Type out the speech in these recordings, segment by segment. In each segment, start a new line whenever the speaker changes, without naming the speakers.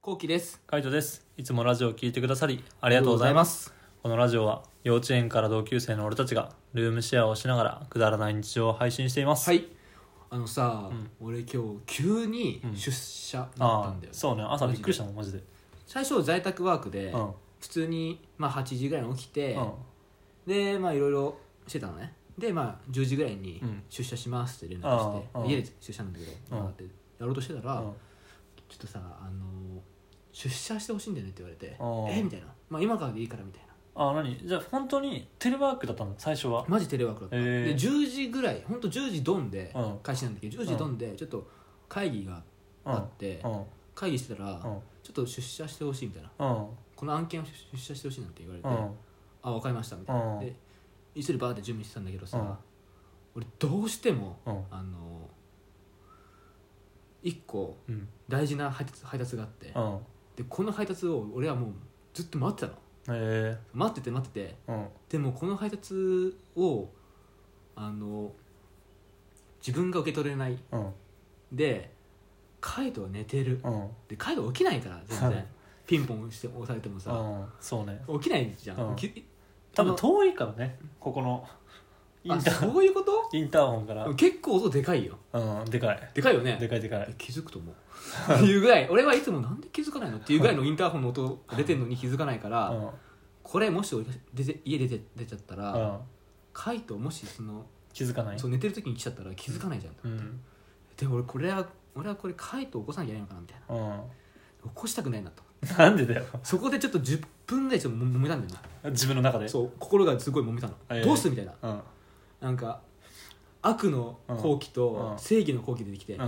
こうきです。
カイトです。いつもラジオを聞いてくださりあ
あ
りがとうございます。
す。
このラジオは幼稚園から同級生の俺たちがルームシェアをしながらくだらない日常を配信しています。
はい。あのさ、
うん
俺今日急に
うん
出社だった
あ
んだよ
あ、
ね、
そうね。朝びっくりしたもん、マジで。
最初在宅ワークで、
うん。うん。
普通に、まあ、8時ぐらいに起きて、でまあいろいろしてたのねでまあ10時ぐらいに
うん
出社しますって連絡して、
ああああ
家で出社なんだけど、
うん
まあってやろうとしてたら、
うん
ちょっとさあの出社してほしいんだよねって言われて
ああ
えみたいな、まあ、今からでいいからみたいな
あ、何じゃあ本当にテレワークだったの最初は。
マジテレワークだった、
へえ
で10時ぐらい本当10時ドンで、
うん
開始なんだけど10時ドンでちょっと会議が
うん。
あって、
うん。
会議してたら、
うん。
ちょっと出社してほしいみたいな
うん。
この案件を出社してほしいなんて言われて、
うん。
あ分かりましたみたいな、
うん
で急いでバーって準備してたんだけどさ、
うん
俺どうしても
うん。
あの1個
うん。
大事な配達配達があって、
うん。
でこの配達を俺はもうずっと待ってたの
え
待ってて待ってて
え。うん。
でもこの配達をあの自分が受け取れない
うん。
でカイトは寝てる
うん。
でカイトは起きないから全然ピンポンして押されてもさ、
うん。そうね。
起きないじゃん、
うん
き
多分遠いからね。ここのイ
あ
ンター、
そういうこと
インターホンから。
結構音でかいよ
うん。でかい。
でかいよね
でかいでかい。
気づくと思うっていうぐらい俺はいつもなんで気づかないのっていうぐらいのインターホンの音が出てるのに気づかないから、
うん。
これもし俺が出て家出て出ちゃったら、
うん。
カイトもしその
気づかない
そう寝てる時に来ちゃったら気づかないじゃん、
うん
で俺これは俺はこれカイトを起こさなきゃいけないのかなみたいな
うん
起こしたくないなと
なんでだよ
そこでちょっと10分ぐらいちょっとも揉めたんだよね
自分の中で
そう心がすごい揉めたの、
ええ
どうするみたいな
うん
なんか悪の好機
うん
と
うん
正義の好機出てきて、
う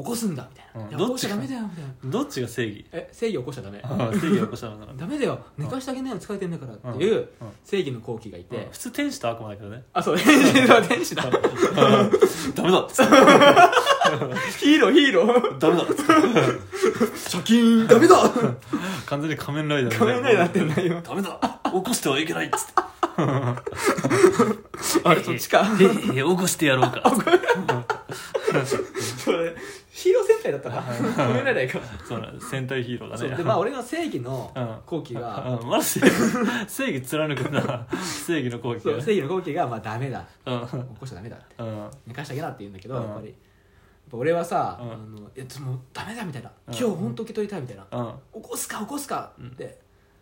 起こすんだみたいな、
うん
いや起
ど
こ
っ
しち
ち
ゃ
が
ダメだよみたいなん
どっちが 正義
え正義起こしちゃダメ、
うん正義を起こしたのか
ダメだよ寝かしてあげないの疲れてんだから
な
っていう
うんうん
正義の好機がいて、
普通天使と悪魔だ けどね
あそう天使だ天使だ
うんダメだっつって
ヒーローヒーロー
ダメだっつって
シャキーンダメだ
完全に仮面ライダーみた
仮面ライダーってんだよ
ダメだ起こしてはいけないっつ って
あれそっちか
へへ起こしてやろ うか
それヒーロー戦隊だったな仮面ライダーか
そうだ戦隊ヒーローだね
そうでまあ俺の正義の好機が、
うんまず正義正義貫くんだ正義の攻撃
そう
だね
正義の好機がまあダメだ
うん
起こしちゃダメだって
うん
寝かしてあげなって言うんだけど、
うん
やっぱりやっぱ俺はさ、
うん
あのいやでもダメだみたいな、
うん
今日本当受け取りたいみたいな、
うん
起こすか起こすかって、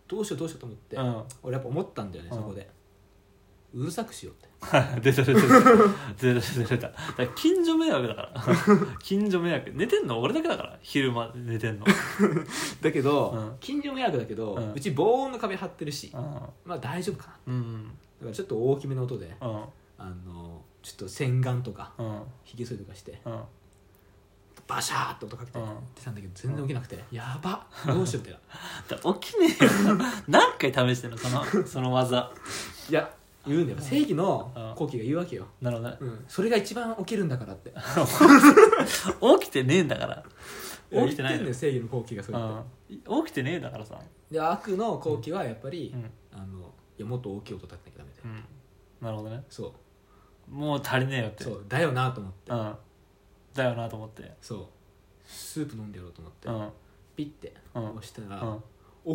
どうしようどうしようと思って、
うん
俺やっぱ思ったんだよね、
うん
そこでうるさくしようって
出た出た出た出た出た出ただから近所迷惑だから 近所迷惑寝てんの俺だけだから昼間寝てんの
だけど、
うん
近所迷惑だけど、う
うん
ち防音の壁張ってるし、
う
まあ大丈夫かなん
うん
だからちょっと大きめの音で、
うん
あのちょっと洗顔とか
うん
ひげ剃りとかして
うん
バシャーって音かけて、
うん
やってたんだけど全然起きなくて、やばどうしようってな
だ起きねえよ 何回試してんのそのその技
いや言うんだよ正義の好機が言うわけよ、
なるほどね
うん、それが一番起きるんだからって
起きてねえんだから起きてない
言ってんだ
の
よ正義の好機がそれって、
うん起きてねえだからさ
で悪の好機はやっぱり、
うん
あのいやもっと大きい音立てなきゃダメで、
うんなるほどね
そう
もう足りねえよって
そうだよなと思って
うんだよなと思って
そうスープ飲んでやろうと思って、
うん
ピッて
うん
押したら、
うん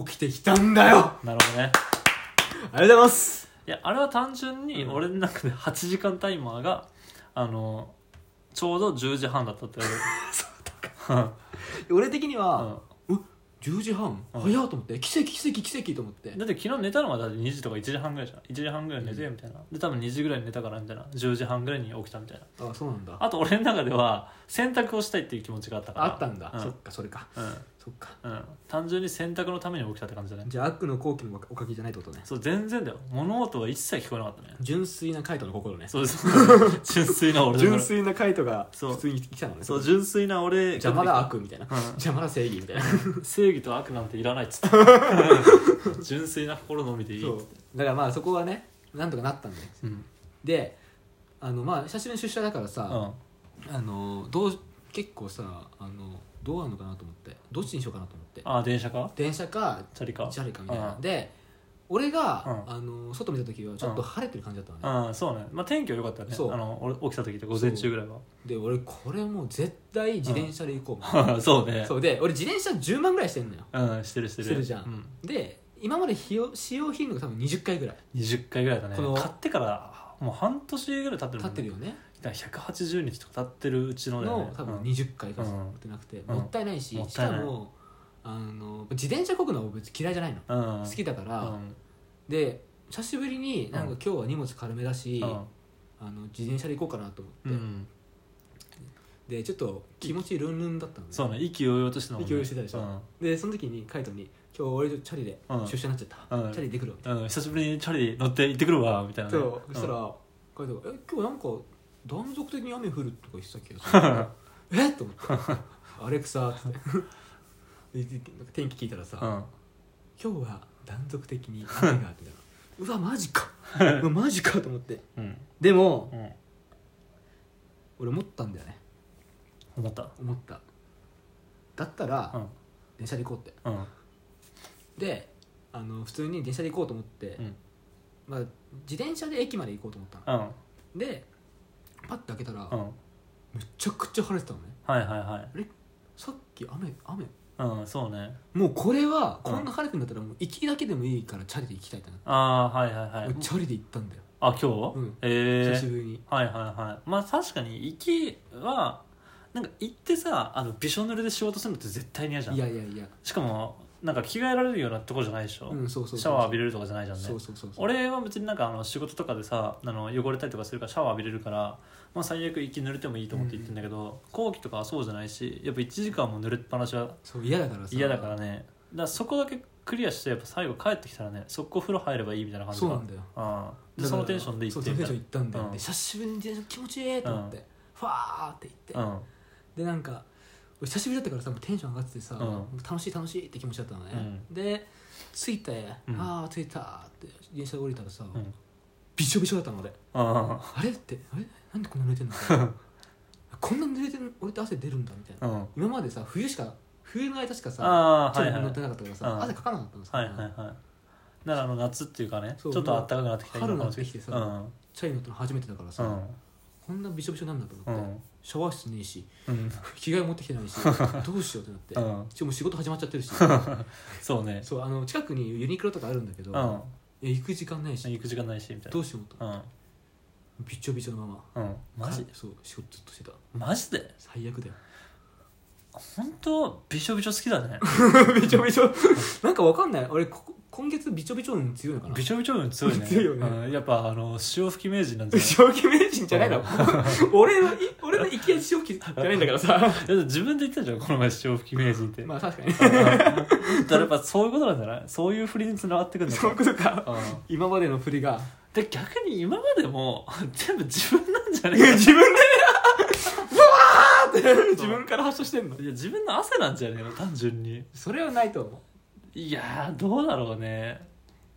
起きてきたんだよ
なるほ
あり
どね
がとうございます
いやあれは単純に
うん
俺の中で8時間タイマーがあのちょうど10時半だったって 言わ
俺的に
れ
は、
る
10時半、
うん
早っと思って奇跡奇跡奇跡と思って
うん、だって昨日寝たのがだって2時とか1時半ぐらいじゃん1時半ぐらい寝てみたいな、で多分2時ぐらいに寝たからみたいな10時半ぐらいに起きたみたいな
あそうなんだあ
あと俺の中では洗濯をしたいっていう気持ちがあったから
ったんだ、
うん
そっかそれか
う
そっか
んうん、単純に洗濯のために起きたって感じだね
じゃあ悪の好機のおかげじゃないってことね
そう全然だよ物音は一切聞こえなかったね
純粋なカイトの心ね
そうです 純粋な俺だから
純粋なカイトが
そう
普通に来たのね
そう純粋な俺
邪魔だ悪みたいな、
うん
邪魔だ正義みたいな
正義と悪なんていらないっつって 純粋な心のみでいい
そうだからまあそこはねなんとかなったんだよ
うん
であのまあ久しぶりに出社だから
う
さ、
ん
あのどう結構さあのどうなのかなと思ってどっちにしようかなと思って
あ電車か
電車か
チャリか
チャリかみたいな
うん
で俺が、
うん
あの外見た時はちょっと晴れてる感じだったのね、
うんそうねまあ天気は良かったね
そう
あの俺起きた時とか午前中ぐらい
で俺これもう絶対自転車で行こうみたいな、
は そうね
そうで俺自転車10万ぐらいしてんのよ
うんしてるしてる
してるじゃん
うん
で今まで費用使用頻度が多分20回ぐらい
20回ぐらいだね
この
買ってからもう半年ぐらい経ってる
経
もん
ってるよね
だから180日とか経ってるうちのだよね
の多分
うん
20回か
うん
やってなくて
ん
もったいないし
もっ
した
い
か
ない
もあの自転車こぐのは別に嫌いじゃないの
うん
好きだか
う
ら
ん
で久しぶりになんか今日は荷物軽めだし
うん
あの自転車で行こうかなと
う
思って
ん
でちょっと気持ちルンルンだったのね
そうね意気揚々としてたもんね
意気揚々してたでしょ
うん
でその時にカイトに「今日俺チャリで
うん
出社になっちゃったチ
う
ャ
ん
リで行ってくるわ」みた
うん久しぶりにチャリ乗って行ってくるわみたい
い
な
な
ね
そう
うん
そしたらカイトが「え今日なんか断続的に雨降る」とか言ってたけどさえっと思って 「アレクサ」っつってででなんか天気聞いたらさ
うん
今日は断続的に雨が みたいなうわマジかうわマジかと思って
うん
でも
うん
俺思ったんだよね
思った
思っただった
う
ら
ん
電車で行こうって
うん
であの普通に電車で行こうと思って、
うん
まあ、自転車で駅まで行こうと思ったの
うん
でパッて開けたら、
うん
めちゃくちゃ晴れてたのね
はいは
さっき雨雨
いはいうんそうね
もうこれは
うん
こんな晴れてんだったらもう行きだけでもいいからチャリで行きたいってなって
ああはいはいはい
俺チャリで行ったんだよ、
あ今日、
うん
ええ
久しぶりに
はいはいはいまあ確かに行きはなんか行ってさあのびしょ濡れで仕事するのって絶対に嫌じゃん
いやいやいや
しかもなんか着替えられるようなとこじゃないでしょ、
うんそうそうそう
シャワー浴びれるとかじゃないじゃんね
そうそうそうそう
俺は別になんかあの仕事とかでさあの汚れたりとかするからシャワー浴びれるから、まあ、最悪息濡れてもいいと思って言ってんだけど、後期とかはそうじゃないしやっぱ1時間も濡れっぱなしは
そう嫌だからさ
嫌だからねだからそこだけクリアしてやっぱ最後帰ってきたらね速攻風呂入ればいいみたいな感じ
そう
が
なんだよ
ああでそのテンションで行
そ
っ
う
て
そのテンションで
みたい
行ったんだよ、
うん
で久しぶりに自転車気持ちいいと思って、ファーって行
う
って、
ん
でなんか俺久しぶりだったからさもうテンション上がっててさ、
う
楽しい楽しいって気持ちだったのね、で着いて、
うん
ああ着いたって自転車で降りたらさ、
うん
びしょびしょだったの俺
あ
あれってあれなんでこんな濡れてん のこんな濡れてる俺って汗出るんだみたいな
あうん
今までさ冬しか冬の間しかさ
あ
ち
あ
ょ
は
っ
い
と
はい
乗ってなかったからさ、
うん
汗かかなかったのさ、
はいはいはいだからあの夏っていうかねち
そ
ょ
う
っと暖かくなってきた
春
今
にな
この
って
時
きてさ
うん
チャリ乗ったの初めてだから
う
さ、
ん
こんなびしょびしょなんだと思って、
うん
シャワー室ねえし
うん
着替え持ってきてないしどうしようってなって、
うん
しかも仕事始まっちゃってる し
そうね
そうあの近くにユニクロとかあるんだけど、
う
いや
ん
行く時間ないし、
行く時間ないしみたい
どうしようと
な
びっちょびちょのまま
うんうんマジ
かそう仕事ずっとしてた
マジで
最悪だ よ
本当びしょびしょ好き だね
びちょびちょなんかわかんない俺ここ今月びちょびちょ運強いのかな
びしょびしょ運強いね
強いよね
うんやっぱあの潮吹き名人なんだ
び
よ
しょ気名人じゃないの 俺のい俺の行き味正気じゃないんだからさ
だって自分で言ったじゃんこの前潮吹き名人っ て
まあ確かに
だからやっぱそういうことなんじゃないそういう振りにつながってくるんだ
そういうことか
うん
今までの振りが
で逆に今までも 全部自分なんじゃないか な
自分でブワーって自分から発射してんの
いや自分の汗なんじゃねえの単純に
それはないと思う
いやーどうだろうね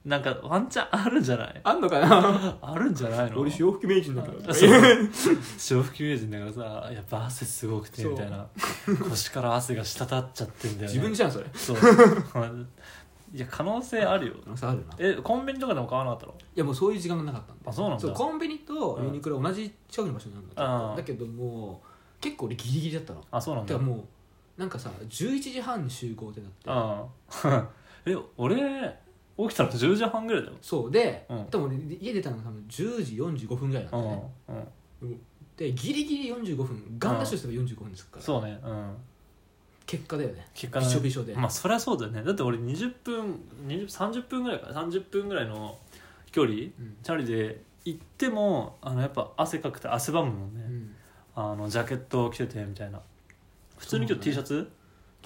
なんかワンチャンあるんじゃない
あんのかな
あるんじゃないの
俺潮吹き名人だか
あ
ら
そう
そう
潮吹き名人だからさやっぱ汗すごくて
そう
みたいな腰から汗が滴っちゃってんだよね
自分じゃんそれ
そう いや可能性あるよ
可能性あるない
えコンビニとかでも買わなかったの
やもうそういう時間がなかったんで
あそうなんだ
コンビニとユニクロ同じ近くの場所にあるんだけど、
うん
だけどもう結構俺ギリギリだったの
あそうなん
て
だ
かもうなんかさ11時半に集合ってなって
うん え俺起きたの10時半ぐらいだよ
そうで、
うん
でも俺家出たのが多分10時45分ぐらいなんだね、
うん、うん、
でギリギリ45分ガンダッシュすれば45分ですから、
そうねうん
結果だよね
結果
び
ね
しょびしょで、
まあそりゃそうだよねだって俺20分20 30分ぐらいかな30分ぐらいの距離
うん
チャリで行ってもあのやっぱ汗かくて汗ばむもんね、
うん
あのジャケットを着ててみたいな普通に今日
そう
T
ね
シャツ、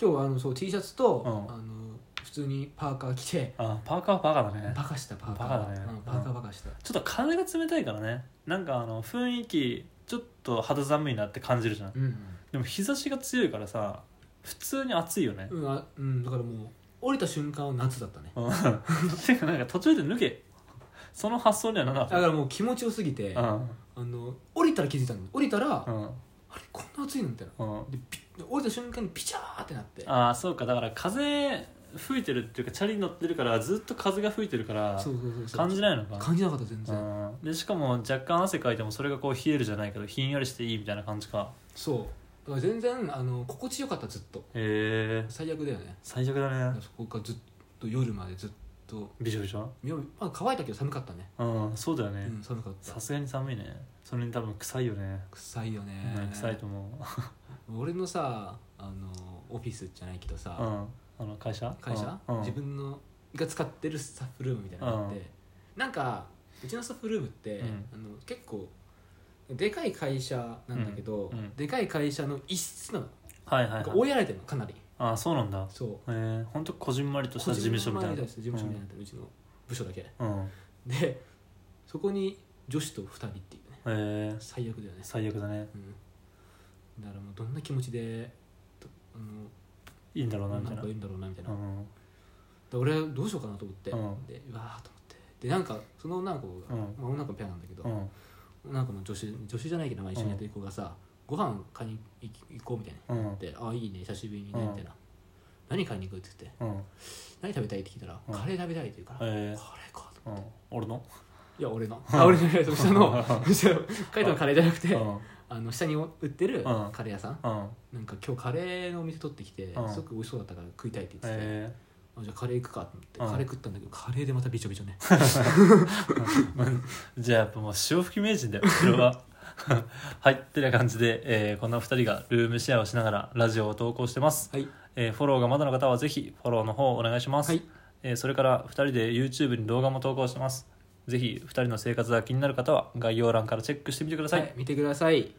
今日はあのそう T シャツと、
うん
あの普通にパーカー着て
あパーカーはパーカーだね
バカしたパーカー
バカだね
うんパーカーバカした、
ちょっと風が冷たいからねなんかあの雰囲気ちょっと肌寒いなって感じるじゃん
うん
でも日差しが強いからさ普通に暑いよね
うん、うんあうん、だからもう降りた瞬間は夏だったね
うん てかなんか途中で脱げその発想にはならな
だ
か
か
っ
らもう気持ちよすぎて、
た
あ
うん
の降りたら気づいたの降りたら、あ
うん
れこんな暑いのみたいな
うん
でピで降りた瞬間にピチャーってなって
ああそうかだから風吹いてるっていうかチャリに乗ってるからずっと風が吹いてるから
そうそうそうそう
感じないのか
感じなかった全
う
然、
んでしかも若干汗かいてもそれがこう冷えるじゃないけどひんやりしていいみたいな感じか
そうだから全然あの心地よかったずっと
へえ
最悪だよね
最悪だね
そこからずっと夜までずっと
びしょびしょ
いやまあ乾いたけど寒かったね
うんそうだよ
う
ね
ん寒かった
さすがに寒いねそれに多分臭いよね、
臭いよね、
うん臭いと思う
俺のさあのオフィスじゃないけどさ、
うんあの会社
会社、
うん、
自分のが使ってるスタッフルームみたいなのがあって、
うん
なんかうちのスタッフルームって、
うん
あの結構でかい会社なんだけど、
うんうん
でかい会社の一室なの、
はいはい、
なんか
は
追
い、
いやられてるのかなり
あそうなんだ
そう
へえほんとこじんまりとした事務所みたいな
個人前です事務所みたいになってる、うちの部署だけ
うん、うんへ
でそこに女子と2人っていうね
え
最悪だよね、
最悪だね
うん、だからもうどんな気持ちでとあの
いいんだろうなみ
な
たい
ん
な
かいいんだろうなみたいな、
うん
で俺どうしようかなと思って、
うん
でうわーと思ってでなんかその女の子が、
うん
まあ、女の子のペアなんだけど、
うん
女の子の女子女子じゃないけど、まあ、一緒にやってる子がさ、ご飯買いに行き行こうみたいな
うん
で「ああいいね久しぶりにね」
うん
みたいな「何買いに行く?」って言って
うんへ
「何食べたい?」って聞いたら「
うん
カレー食べたい」って言うから「カレー
え
か」と
うん 俺の
いや俺のあ俺じゃないその下の下のカイトのカレーじゃなく
う
て
ん
あの下に売ってる
うん
カレー屋さん
うん
なんか今日カレーのお店取ってきて
うん
すごく美味しそうだったから食いたいって言ってて
え
あじゃあカレー行くかと思って
う
カ
ん
レー食ったんだけどカレーでまたびちょびちょね
えじゃあやっぱもう潮吹き名人だよこれは はいってな感じで、えーこんな2人がルームシェアをしながらラジオを投稿してます、
はい
えーフォローがまだの方はぜひフォローの方お願いします、
はい
えーそれから2人で YouTube に動画も投稿してますぜひ2人の生活が気になる方は概要欄からチェックしてみてください、
はい見てください